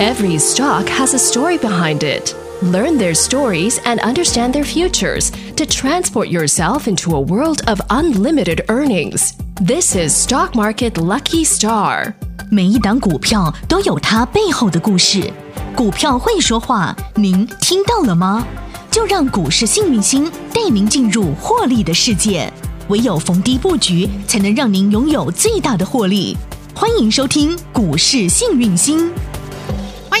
Every stock has a story behind it. Learn their stories and understand their futures to transport yourself into a world of unlimited earnings. This is Stock Market Lucky Star. 每一档股票都有它背后的故事，股票会说话，您听到了吗？就让股市幸运星带您进入获利的世界，唯有逢低布局，才能让您拥有最大的获利。欢迎收听《股市幸运星》。欢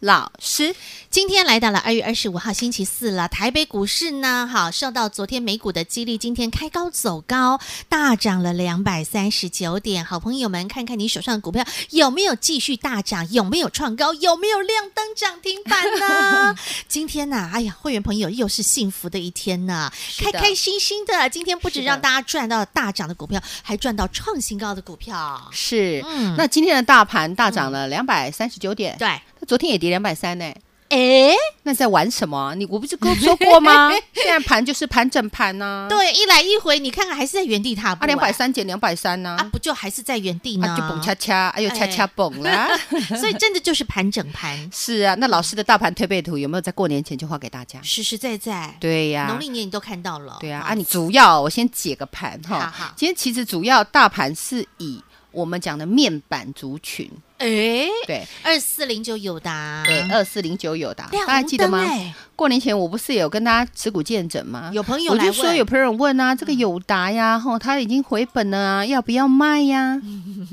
老师。今天来到了二月二十五号星期四了，台北股市呢，好受到昨天美股的激励，今天开高走高，大涨了两百三十九点。好朋友们，看看你手上的股票有没有继续大涨，有没有创高，有没有亮灯涨停板 呢？今天呐、哎呀，会员朋友又是幸福的一天呐、开的开心心的。今天不止是的让大家赚到大涨的股票，还赚到创新高的股票。是，嗯那今天的大盘大涨了两百三十九点，对，那昨天也跌两百三呢。哎，那你在玩什么啊？你我不是跟说 过吗？现在盘就是盘整盘呐、啊，对，一来一回，你看看还是在原地踏步、啊，两百三减两百三啊，呐，不就还是在原地呢？啊就蹦恰恰，哎呦恰恰哎蹦啦。所以真的就是盘整盘， 是啊，那老师的大盘推背图有没有在过年前就画给大家？实实在在。、对呀、农历年你都看到了。对啊，好啊，你主要我先解个盘好哈好。今天其实主要大盘是以我们讲的面板族群，哎，对二四零就有达，对，啊二四零九友达，亮大家还红记得灯吗？哎，过年前我不是有跟大家持股见证吗？有朋友我来就说问，嗯有朋友问啊，这个友达呀，吼，他已经回本了啊，要不要卖 呀？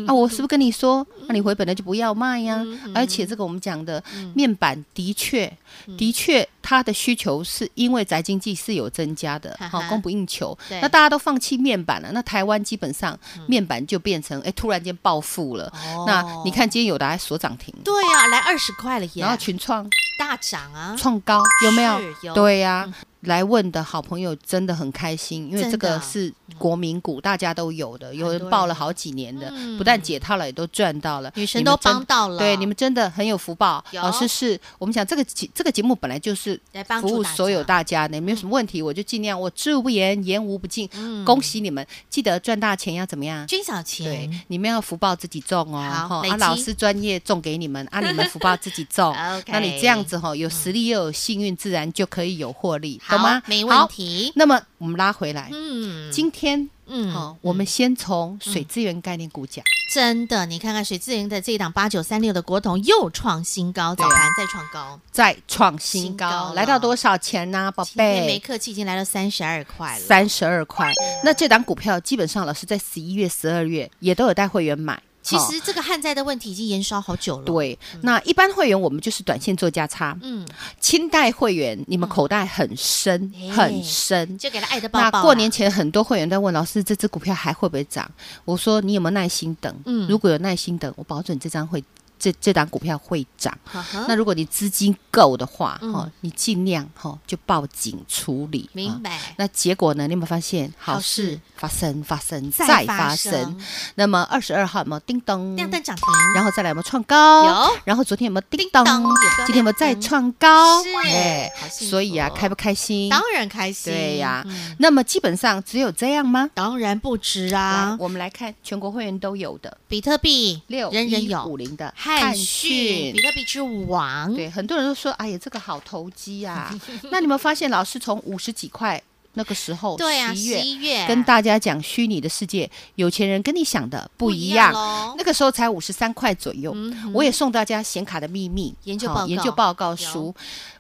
啊，我是不是跟你说，嗯那你回本了就不要卖呀？而且这个我们讲的嗯面板的确，的确它的需求是因为宅经济是有增加的，哈好哈供不应求对。嗯那大家都放弃面板了，那台湾基本上面板就变成哎突然间暴富了。哦那你，看今天友达还锁涨停，对啊，来二十块了耶，然后群创大涨啊，创高有没有？是有嗯对呀、来问的好朋友真的很开心，因为真的嗯这个是国民股，大家都有的，有人报了好几年的，嗯不但解套了，也都赚到了，女神你都们真帮。到了，对，你们真的很有福报。有老师是我们讲这个节这个节目本来就是来帮助服务大家嗯所有大家的，你们有什么问题我就尽量我知无不言，言无不尽。恭喜你们，记得赚大钱要怎么样？捐小对钱，，你们要福报自己种哦，好哈累啊，积老师专业种给你 们，啊，你们福报自己种 OK，那你这样子哈，有实力又有幸运，自然就可以有获利，懂吗好？没好问。题。那么我们拉回来，嗯，今天嗯好，我们先从水资源概念股讲，真的，你看看水资源的这一档八九三六的国统又创新高，对早啊盘再创高，再创新新高高，了来到多少钱呢，宝今天没贝？客气已经来到三十二块了。嗯三十二块。那这档股票基本上老师在十一月、十二月也都有带会员买，其哈实这个旱灾的问题已经延烧好久了。，对。那一般会员我们就是短线做价差，嗯，清代会员，你们口袋很深、哎很深你。嗯就给他爱的啊抱那抱啦。过年前很多会员在问老师，这只股票还会不会涨？我说你有没有耐心等？嗯如果有耐心等，我保准这张会这这档股票会涨。呵呵，那如果你资金够的话，哈、嗯你尽量哈、就报警处理。明啊白那结果呢？你有没有发现好好事事发生，发生再再发发生生？，那么二十二号有没有叮咚？亮灯涨停，然后再来有没有创高？有然后昨嗯天有没有叮叮咚咚也不要？今天有没有再创高？是哎好幸福所以啊，哦开不开心？当然开心。对呀嗯那么基本上只有这样吗？当然不止来啊，我们来看全国会员都有的比特币六人人有五，零的汉逊比特币之王，对，很多人都说，哎呀，这个好投机 啊。那你有没有发现，老师从五十几块那个时候，对啊，十十一月一月跟大家讲虚拟的世界，有钱人跟你想的不一样。喽。那个时候才五十三块左右，我也送大家显卡的秘密嗯研究好报告研究报告书。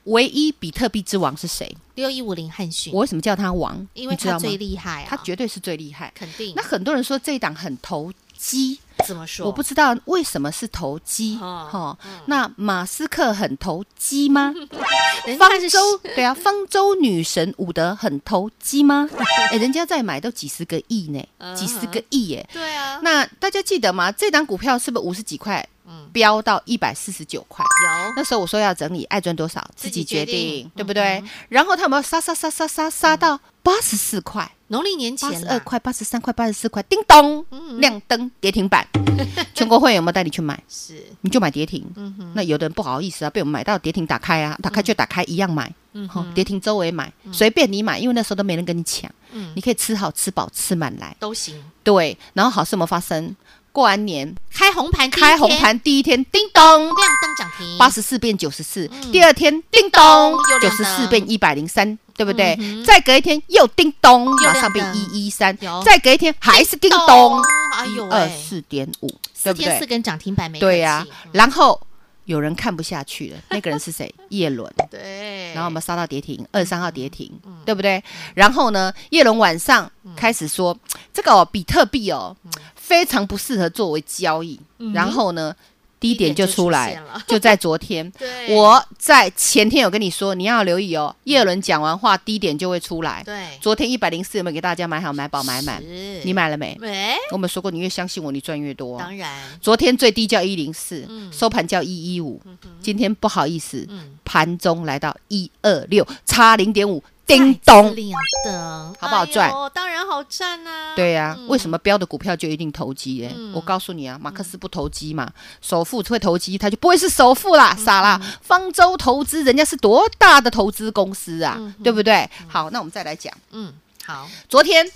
唯一比特币之王是谁？六一五零汉逊我，为什么叫他王？嗯因为你知道他吗最厉害啊，他绝对是最厉害。肯定那很多人说这一档很投机，怎么说？我不知道为什么是投机哦哈。那马斯克很投机吗？ 人家方是舟对啊，方舟女神伍德很投机 吗？哎，人家在买都几十嗯个亿呢，几十个亿耶。对啊，那大家记得吗？这档股票是不是五十几块？嗯飙到一百四十九块。有那时候我说要整理，爱赚多少自自己己决决定嗯定，对不对？然后它有没有杀杀杀杀杀杀到八十四块、农历年八前啊十了二，块、八十三块、八十四块？叮咚嗯，亮灯跌停板。 全国会员有没有带你去买？是，你就买跌停。嗯哼，那有的人不好意思啊，被我们买到跌停打开啊，打开就打开，一样买。嗯好哼，跌停周围买，随便你买，因为那时候都没人跟你抢，嗯你可以吃好吃饱吃满来。都行，对，然后好事有没有发生？过完年开红盘，开红，盘第一天，叮咚，亮灯涨停，八十四变九十四嗯，第二天叮咚咚又，九亮十四灯变一百零三，对不对嗯哼？再隔一天又叮咚，马亮上变灯一一三有，再隔一天还是叮咚，哎呦二喂，四点五，对四不天四对？根涨停板没对呀客气，然后有人看不下去了，那个人是 谁？叶伦。对，然后我们杀到跌嗯停，二三号跌停，对不对？然后呢，叶龙晚上嗯开始说，这个、哦、比特币哦，非常不适合作为交易。然后呢，低点就嗯出低来点就出现了，。就在昨天 对我在前天有跟你说，你要留意哦，叶伦讲完话，低点就会出来。对，昨天一百零四有没有给大家买好买饱买满？是你买了没？没？我们说过，你越相信我，你赚越多。啊当然，昨天最低叫一零四，嗯收盘叫一一五，今天不好意思，盘中来到一二六，差零点五，叮再咚次。亮灯，好不好赚哎呦当然好赚啊，对呀、嗯为什么标的股票就一定投机、欸？我告诉你啊，马克思不投机嘛，首富会投机，他就不会是首富嗯啦，傻啦！方舟投资人家是多大的投资公司啊，对不对？好，那我们再来讲嗯，好，昨天。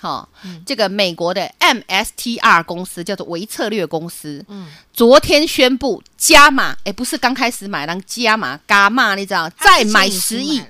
好、这个美国的 MSTR 公司叫做微策略公司，嗯昨天宣布加码，哎，不是刚开始买，然后加码嘎嘛，你知道，再买十亿，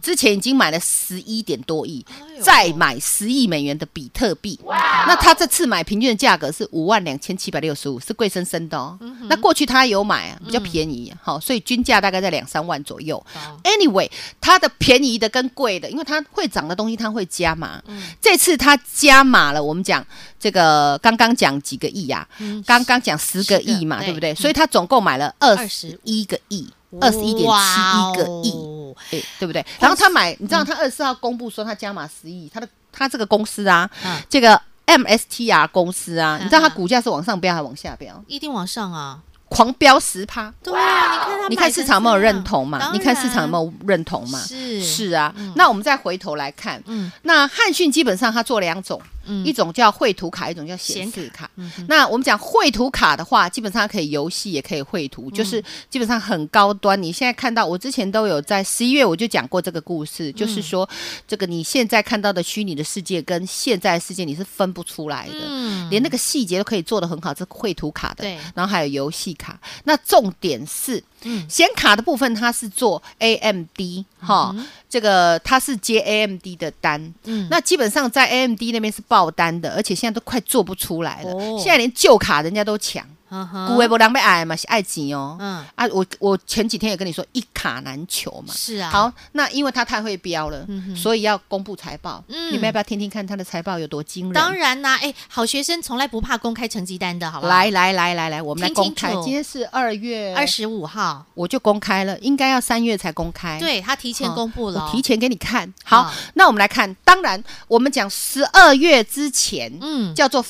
之前已经买了十一点多亿，哎呦再买十亿美元的比特币。那他这次买平均的价格是五万两千七百六十五，是贵生生的哦。那过去他有买啊，比较便宜，好、所以均价大概在两三万左右。Anyway，它的便宜的跟贵的，因为它会涨的东西它会加码。这次它加码了，我们讲这个刚刚讲几个亿呀、啊，刚刚讲十个亿嘛，对对不对？所以它总共买了二十一个亿，哦二十一点七一个亿。亿，诶对不对？然后他买，你嗯知道他二十四号公布说他加码十亿，他的他这个公司啊，嗯这个 MSTR 公司啊，嗯你知道它股价是往上飙还是往下飙？一定往上啊！狂飙十趴。对啊，你看他，你看市场有没有认同啊嘛？你看市场有没有有认同嘛？是是啊，那我们再回头来看，嗯那汉讯基本上它做两种，嗯一种叫绘图卡，一种叫显显嗯示卡。那我们讲绘图卡的话，基本上它可以游戏，也可以绘嗯图，就是基本上很高端。你现在看到，我之前都有在十一月我就讲过这个故事，嗯就是说这个你现在看到的虚拟的世界跟现在的世界你是分不出来的，嗯连那个细节都可以做得很好，这是绘图卡的。对然后还有游戏卡。那重点是，嗯显卡的部分它是做 AMD 哈，这个它是接 AMD 的单，嗯那基本上在 AMD 那边是爆单的，而且现在都快做不出来了，哦现在连旧卡人家都抢，嗯古哼，微博两被矮嘛是爱情哦。嗯，啊，我我前几天也跟你说，一卡难求嘛。是啊，，好，那因为它太会标了，所以要公布财报。嗯你们要不要听听看它的财报有多惊人？当然啦，哎，好学生从来不怕公开成绩单的，好吧？来来来来来，我们来听公清开楚。今天是二月二，十五号，我就公开了，应该要三月才公开。对他提嗯，前公布了哦，我提前给你看。好，啊那我们来看，当然我们讲十二月之前，嗯叫做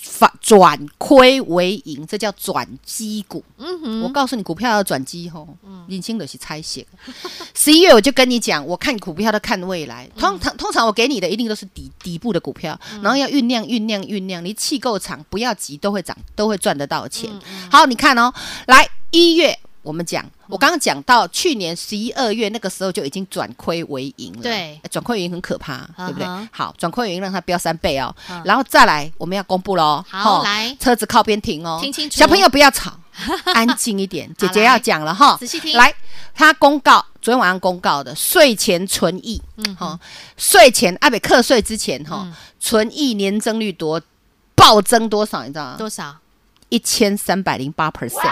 反转亏为盈，这叫转基股。嗯哼，嗯我告诉你，股票要转基吼，年轻的是拆血。十一月我就跟你讲，我看股票都看未来。通嗯常通常我给你的一定都是底底部的股票，然后要酝酿酝酿酝酿，你气够长，不要急，都会涨，都会赚得到钱。嗯好，你看哦，来一月我们讲。我刚刚讲到去年十一二月那个时候就已经转亏为盈了，对呃转亏为盈很可怕，嗯哼对不对？好，转亏为盈让它飙三倍哦嗯，然后再来我们要公布喽，好吼来车子靠边停哦，听清楚小朋友不要 吵，安静一点，姐姐来要讲了哈，仔细听来，他公告，昨天晚上公告的税前存益，嗯，哈，税前阿北课税之前哈，嗯存益年增率多暴增多少？你知道吗？多少？一千三百零八 percent，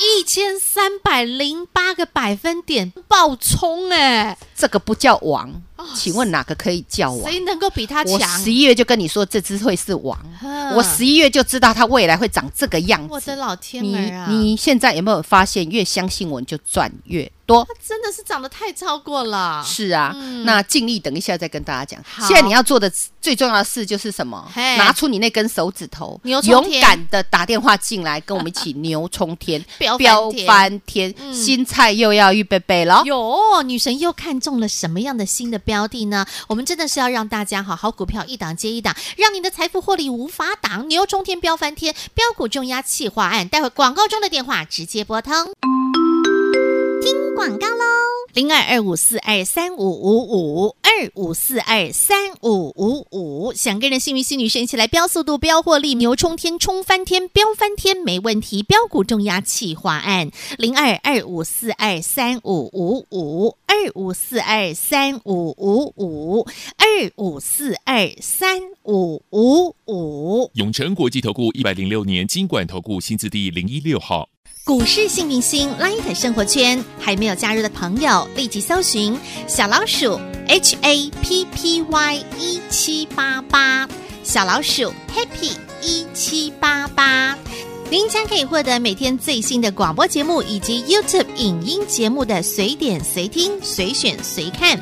一千三百零八个百分点暴冲哎，这个不叫王，哦请问哪个可以叫王？谁能够比他我强？十一月就跟你说这只会是王，啊我十一月就知道它未来会长这个样我的子。老天你儿啊！你现在有没有发现，越相信我，你就赚越多？真的是长得太超过了，是啊，那尽力等一下再跟大家嗯好讲。现在你要做的最重要的事就是什么嘿？拿出你那根手指头，牛冲天勇敢的打电话进来，跟我们一起牛冲天， 飙飙翻天嗯翻天！新菜又要预备备了。哦有哦女神又看中了什么样的新的标的呢？我们真的是要让大家好好股票一档接一档，让您的财富获利无法挡，牛冲天飙翻天，标股重压企划案。待会广告中的电话直接拨通。广告喽，零二二五四二三五五五二五四二三五五五，想跟着幸运星女神一起来飙速度、飙获利、牛冲天、冲翻天、飙翻天，没问题。标股重压企划案，零二二五四二三五五五二五四二三五五五二五四二三五五五。永诚国际投顾一百零六年金管投顾新字第零一六号。股市幸明星 Light 生活圈还没有加入的朋友，立即搜寻小老鼠 HAPPY 一七八八，小老鼠 Happy 一七八八。您将可以获得每天最新的广播节目以及 YouTube 影音节目的随点随听、随选随看。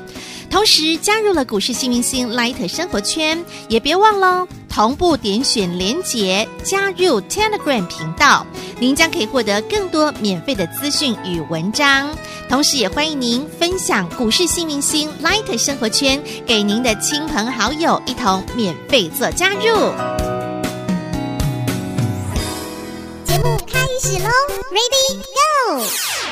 同时加入了股市新明星 Light 生活圈，也别忘了哦同步点选连结加入 Telegram 频道，您将可以获得更多免费的资讯与文章。同时，也欢迎您分享股市新明星 Light 生活圈给您的亲朋好友，一同免费做加入。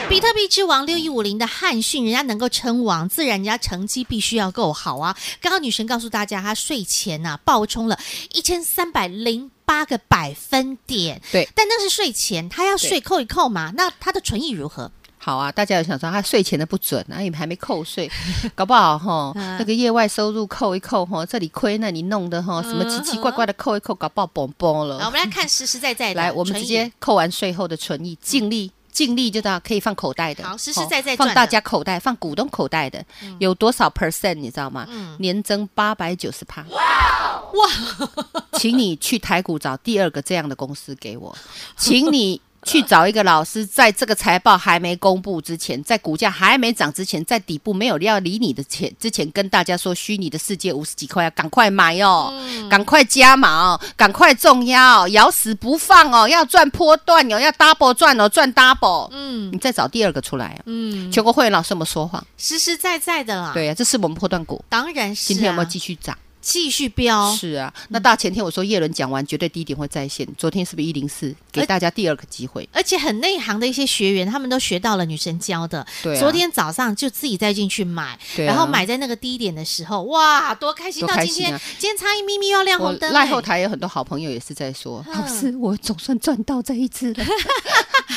比特币之王六一五零的汉逊，人家能够称王，自然人家成绩必须要够好啊。刚刚女神告诉大家，她睡前呐、啊爆冲了一千三百零八个百分点，对但那是睡前，她要税扣一扣嘛。那她的存益如何？好啊，大家有想说他税前的不准，啊，也还没 扣税，搞不好哈，啊那个业外收入扣一扣哈，这里亏那里弄的啊哈，什么奇奇怪怪的扣一扣，搞不好崩崩好，我了。们来看实实在在的存益。哦来，我们直接扣完税后的存益，尽力尽力就到可以放口袋的，好实实吼在在赚放的大家口袋，放股东口袋的，有多少 percent 你知道吗嗯？年增八百九十趴。哇哇！ 请你去台股找第二个这样的公司给我，请你。去找一个老师，在这个财报还没公布之前，在股价还没涨之前，在底部没有要理你的钱之前，跟大家说虚拟的世界五十几块要赶快买哦，嗯赶快加码哦，赶快重要，咬死不放哦，要赚波段哦，要 double 赚哦，赚 double。嗯你再找第二个出来哦。嗯，全国会员老师有没有说谎？实实在在的啦。，对呀、这是我们波段股，当然是、啊。哦嗯今天有没有继续涨？继续飙？是啊，那大前天我说叶伦讲完绝对低点会再现，昨天是不是一零四？给大家第二个机会。而且很内行的一些学员，他们都学到了女神教的。对啊昨天早上就自己再进去买，对啊然后买在那个低点的时候，哇，多开心！多到开今天，心啊今天差一咪咪又要亮我红灯、赖后欸，台有很多好朋友也是在说，嗯老师，我总算赚到这一只了，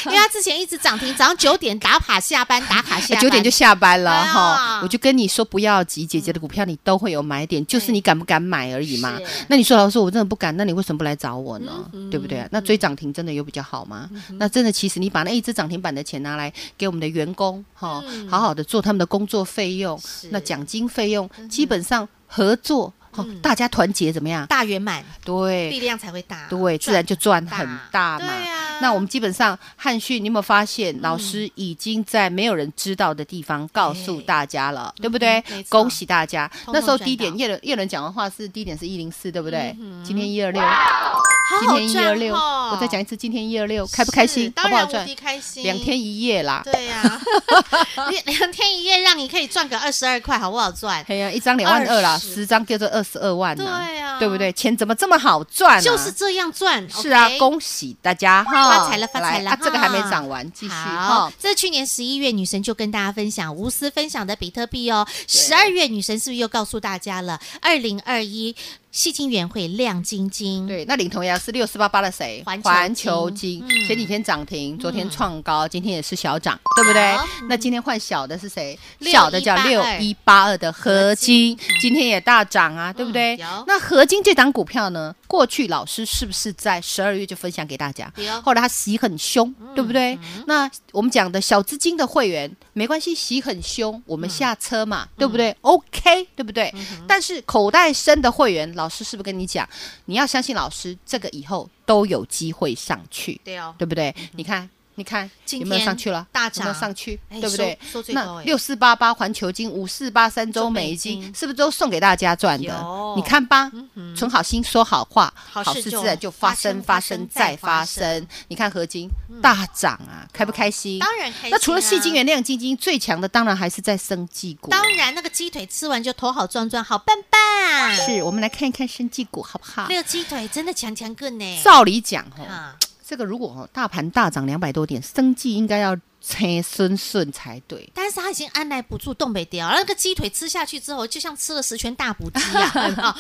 因为他之前一直涨停，早上九点打卡下班，打卡下班， 九点就下班了哎呀哈。我就跟你说不要急，姐姐的股票你都会有买点，就是你敢不敢买而已嘛是。嗯那你说老师，我真的不敢，那你为什么不来找我呢？对不对啊？那追涨停真的有比较好吗？那真的，其实你把那一只涨停板的钱拿来给我们的员工，哈，嗯好好的做他们的工作费用，那奖金费用，嗯基本上合作，哈，大家团结怎么样？大圆满，对，力量才会大，对，自然就赚很大对嘛。嗯啊那我们基本上汉讯，你有没有发现，老师已经在没有人知道的地方告诉大家了，对不对嗯没？错恭喜大家！通通那时候赚低点到叶伦叶伦讲的话是低点是一零四，对不对？今天一二六，今好好天一二赚六，哦！我再讲一次，今天一二六，开不开是心？好当不好然无赚敌？开心，两天。一夜啦。对呀、 两两天一夜让你可以赚个二十二块，好不好赚？哎呀，一张两万二啦， 20十张叫做二十二万呐，对啊对不对？钱怎么这么好赚啊？就是这样赚，是啊 OK？，恭喜大家哈！发财了，发财来了！啊，这个还没哈涨完，继续好哈。，这是去年十一月女神就跟大家分享无私分享的比特币哦。十二月女神是不是又告诉大家了？二零二一戏精园会亮晶晶，，对，那领头羊是六四八八的谁？嗯环球金金嗯嗯前几天涨停，昨天创高，今天也是小涨，对不对好？那今天换小的是谁？ 6182小的叫六一八二的合金，今天也大涨啊，对不对嗯有？那合金这档股票呢，过去老师是不是在十二月就分享给大家有？嗯后来它洗很凶，对不对？那我们讲的小资金的会员没关系，洗很凶，我嗯们下车嘛，对不对、o k 对不对、但是口袋深的会员，老师是不是跟你讲，你要相信老师，这个以后都有机会上去，对哦，对不对？你看，你看今有没有天上去了？大有没有涨上去？哎对不对收收？最高那哎六四八八环球金，五四八三周美周美金金，是不是都送给大家赚的有？嗯你看吧，存好心，说好话，好事事就自然就发发生生，发发生生再再发发生嗯哦生。你看合金大涨啊，开不开心？当然开心啊那除了细晶元、亮晶晶最强的，当然还是在生技股。当然那个鸡腿吃完就头好壮壮，好棒棒。是我们来看一看生技股好不好那？个鸡腿真的强强棍呢，照理讲，吼，啊，这个如果哦大盘大涨两百多点，生技应该要切顺顺才对。但是他已经按耐不住冻北掉，那个鸡腿吃下去之后，就像吃了十全大补鸡 啊，有没有然后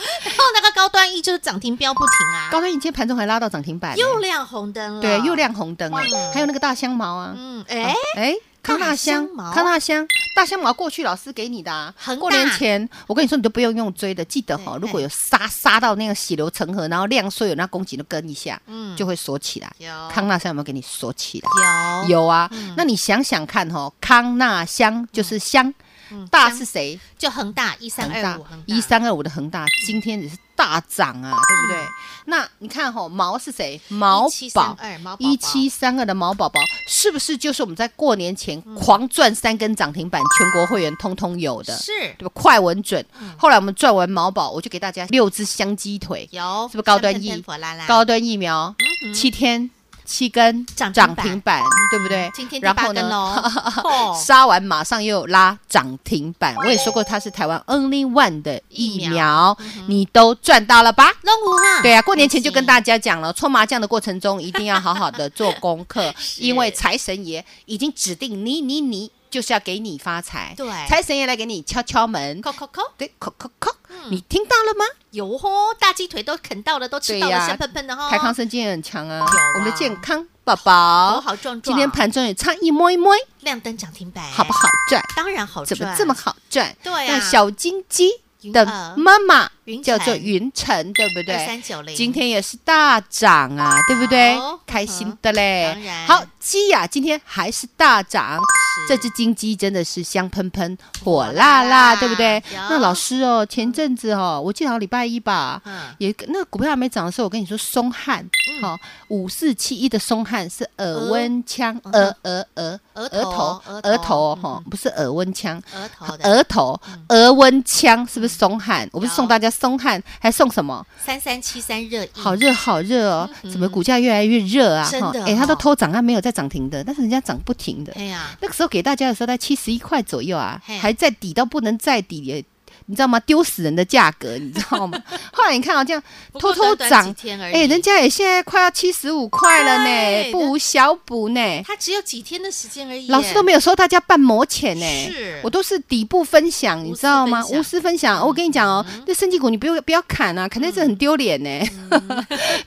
那个高端一就是涨停飙不停啊，高端银今天盘中还拉到涨停板呢，又亮红灯了，对，又，亮红灯哎嗯，还有那个大香茅啊，嗯，哎，哎，康大大香香茅，康大香，大香茅过去老师给你的啊恒，大过年前我跟你说你都不用用追的，记得哈对，如果有杀杀到那个血流成河，然后量缩有那供给就跟一下，嗯就会锁起来。有康大香有没有给你锁起来？有嗯有啊，那你想想看哈，康纳香就是香，嗯大是谁？就恒大一三恒二大五，恒大嗯一三二五的恒大，今天也是大涨啊，对不对？那你看哈，毛是谁？毛宝。 1732毛宝宝一七三二的毛宝宝是不是就是我们在过年前嗯狂赚三根涨停板，全国会员通通有的，是嗯对吧？快稳准。后来我们赚完毛宝，我就给大家六只香鸡腿，有，是不是高端像疫喷喷佛拉拉高端疫苗嗯七天七根涨停板板，对不对？今天第然八后根呢， 喽，哦杀完马上又拉涨停板。我也说过它是台湾 only one 的疫疫嗯苗，你都赚到了吧？龙虎哈，对啊，过年前就跟大家家讲了，搓麻将的过程中一定要好好的做功课 是，因为财神爷已经指定你你你就是要给你发财，对财神爷来给你敲敲门，扣扣扣对，叩叩叩，嗯你听到了吗？有吼，大鸡腿都啃到了，都吃对到了，呀香喷喷的哈，台康生今天很强啊啊，我们的健康宝头宝好壮壮，今天盘中也差一摸一摸，亮灯涨停板，好不？好赚？当然好赚，怎么这么好赚？对啊那小金鸡云的儿妈妈云叫做晨云晨，对不对？三九零，今天也是大涨啊，对不对好？嗯开心的嘞当然！好，鸡呀、今天还是大涨，是这只金鸡真的是香喷喷、火辣辣，对不对？有那老师哦，前阵子哦，我记得好像礼拜一吧，嗯也那个股票还没涨的时候，我跟你说松汉，好五四七一的松汉是耳温枪，嗯哼额额额额头头额头额头嗯哈，不是耳温枪，额头的嗯额头额温枪是不是松汉？我不是送大家松汉，还送什么？三三七三热议，好热好热哦，怎么股价越来越嗯热啊？真的哎，它哦都偷涨，它没有在涨停的，但是人家涨不停的。哎呀，那个时候给大家的时候，在七十一块左右啊嘿，还在底到不能再底耶，你知道吗？丢死人的价格，你知 道吗？后来你看啊，这样不过偷偷短短几涨，天而已，哎，人家也现在快要七十五块了对呢，不无小补呢。他只有几天的时间而已，老师都没有收大家半毛钱呢、是我都是底部分享，你知道吗无私分？享嗯无私分享，我跟你讲哦，这生技股你不要不要砍啊，砍在这很丢脸呢，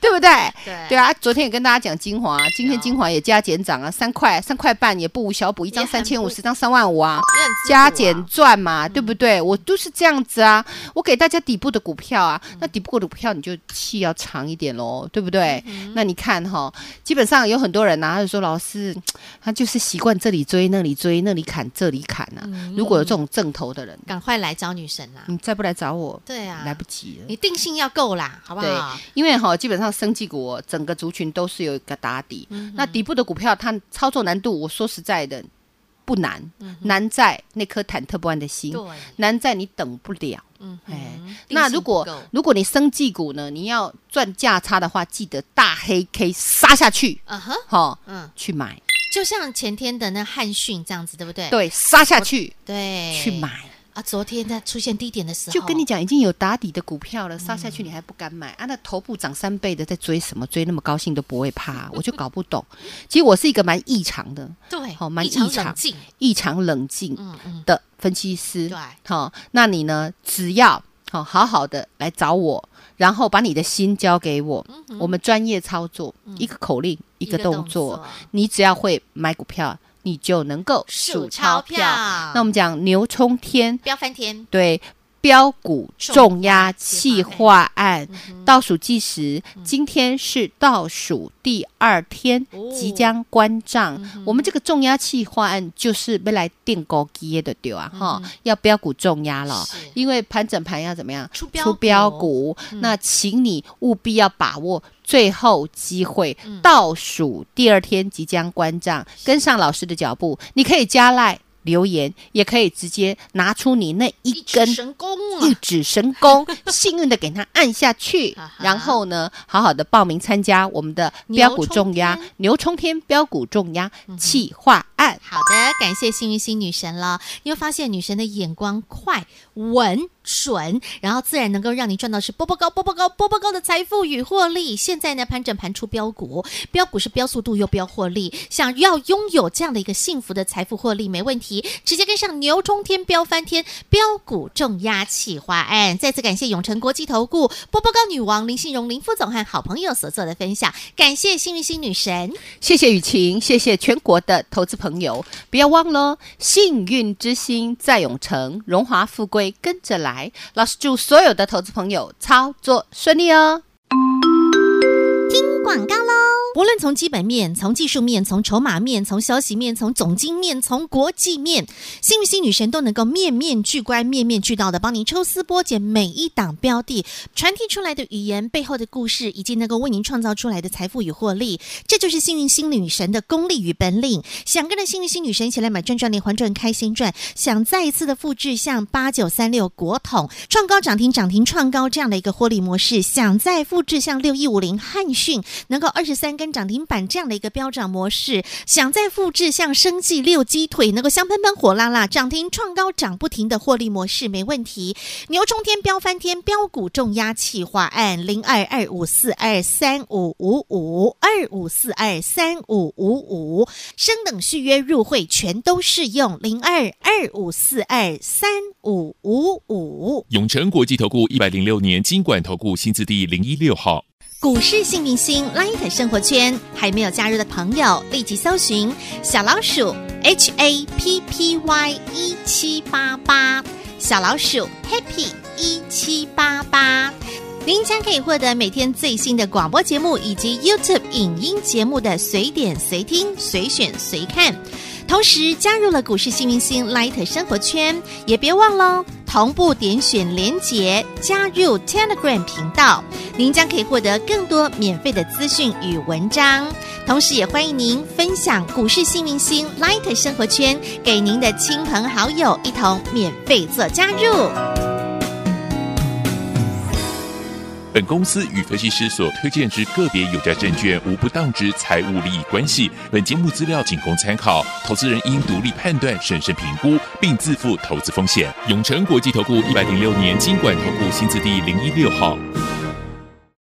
对不对？对啊啊，昨天也跟大家讲精华，啊今天有精华也加减涨啊，三块三块半也不无小补，一张也很三千不五，十张三万五啊，也很自主啊加减赚嘛，对不对？我都是这样子啊，我给大家底部的股票啊，那嗯底部的股票你就气要长一点喽，对不对？嗯那你看哈、基本上有很多人呐、啊，他就说老师，他就是习惯这里追那里追那里砍这里砍啊。嗯如果有这种正头的人，赶快来找女神啦，你再不来找我，对啊，来不及了。你定性要够啦，好不对好？，因为哈、基本上生技股哦整个族群都是有一个打底，嗯那底部的股票它操作难度，我说实在的不难，难在那颗忐忑不安的心，嗯对，难在你等不了。嗯哼，哎定性那如果不够如果你生技股呢，你要赚价差的话，记得大黑 K 杀下去，嗯哼，哈、嗯，去买，就像前天的那汉讯这样子，对不对？对，杀下去对，去买。啊！昨天在出现低点的时候，就跟你讲，已经有打底的股票了，杀下去你还不敢买啊？那头部涨三倍的在追什么？追那么高兴都不会怕，我就搞不懂。其实我是一个蛮异常的，对，好蛮异常异常冷静，异常冷静嗯嗯，的分析师对。好、那你呢？只要好、好好的来找我，然后把你的心交给我，我们专业操作，一个口令，一个动作，你只要会买股票，你就能够数钞票那我们讲牛冲天，不要翻天，对。标股重压重压企企划案倒数计时，今天是倒数第二天哦，即将关账。我们这个重压企划案就是被来定高基的对啊，哈，要标股重压了是，因为盘整盘要怎么样出标出标股嗯股，那请你务必要把握最后机会，嗯倒数第二天即将关账，跟上老师的脚步，你可以加赖留言，也可以直接拿出你那一一根指。神功一啊，指神功， 幸运的给它按下去哈，啊哈然后呢，好好的报名参加我们的标股重压牛冲天标股重压嗯企划案。好的，感谢幸运星女神了。你会发现女神的眼光快、稳、准，然后自然能够让你赚到是波波高、波波高、波波高的财富与获利。现在呢，盘整盘出标股，标股是标速度又标获利。想要拥有这样的一个幸福的财富获利，没问题，直接跟上牛冲天、飙翻天、标股重压企划案。再次感谢永诚国际投顾波波高女王林信荣林副总和好朋友所做的分享，感谢幸运星女神。谢谢雨晴，谢谢全国的投资朋友，不要忘了，幸运之星在永城，荣华富贵跟着来。老师祝所有的投资朋友操作顺利哦。广告喽。不论从基本面、从技术面、从筹码面、从消息面、从总经面、从国际面，幸运星女神都能够面面俱观、面面俱到的帮您抽丝剥茧每一档标的，传递出来的语言背后的故事，以及能够为您创造出来的财富与获利，这就是幸运星女神的功力与本领。想跟着幸运星女神一起来买赚赚连环赚开心赚，想再一次的复制像八九三六国统创高涨停涨停创高这样的一个获利模式，想再复制像六一五零汉讯能够二十三根涨停板这样的一个飙涨模式，想再复制像生技六鸡腿能够香喷喷火辣辣涨停创高涨不停的获利模式，没问题。牛冲天飙翻天，标股重压企划案零二二五四二三五五五二五四二三五五五，升等续约入会全都适用零二二五四二三五五五。永诚国际投顾一百零六年金管投顾新字第零一六号。股市幸运星 Light 生活圈还没有加入的朋友，立即搜寻小老鼠 HAPPY 一七八八，小老鼠 Happy 一七八八。您将可以获得每天最新的广播节目以及 YouTube 影音节目的随点随听、随选随看。同时加入了股市幸运星 Light 生活圈，也别忘了哦同步点选连结加入 Telegram 频道，您将可以获得更多免费的资讯与文章。同时，也欢迎您分享股市幸运星 Light 生活圈给您的亲朋好友，一同免费做加入。本公司与分析师所推荐之个别有价证券无不当之财务利益关系。本节目资料仅供参考，投资人应独立判断、审慎评估，并自负投资风险。永诚国际投顾一百零六年经管投顾新字第零一六号。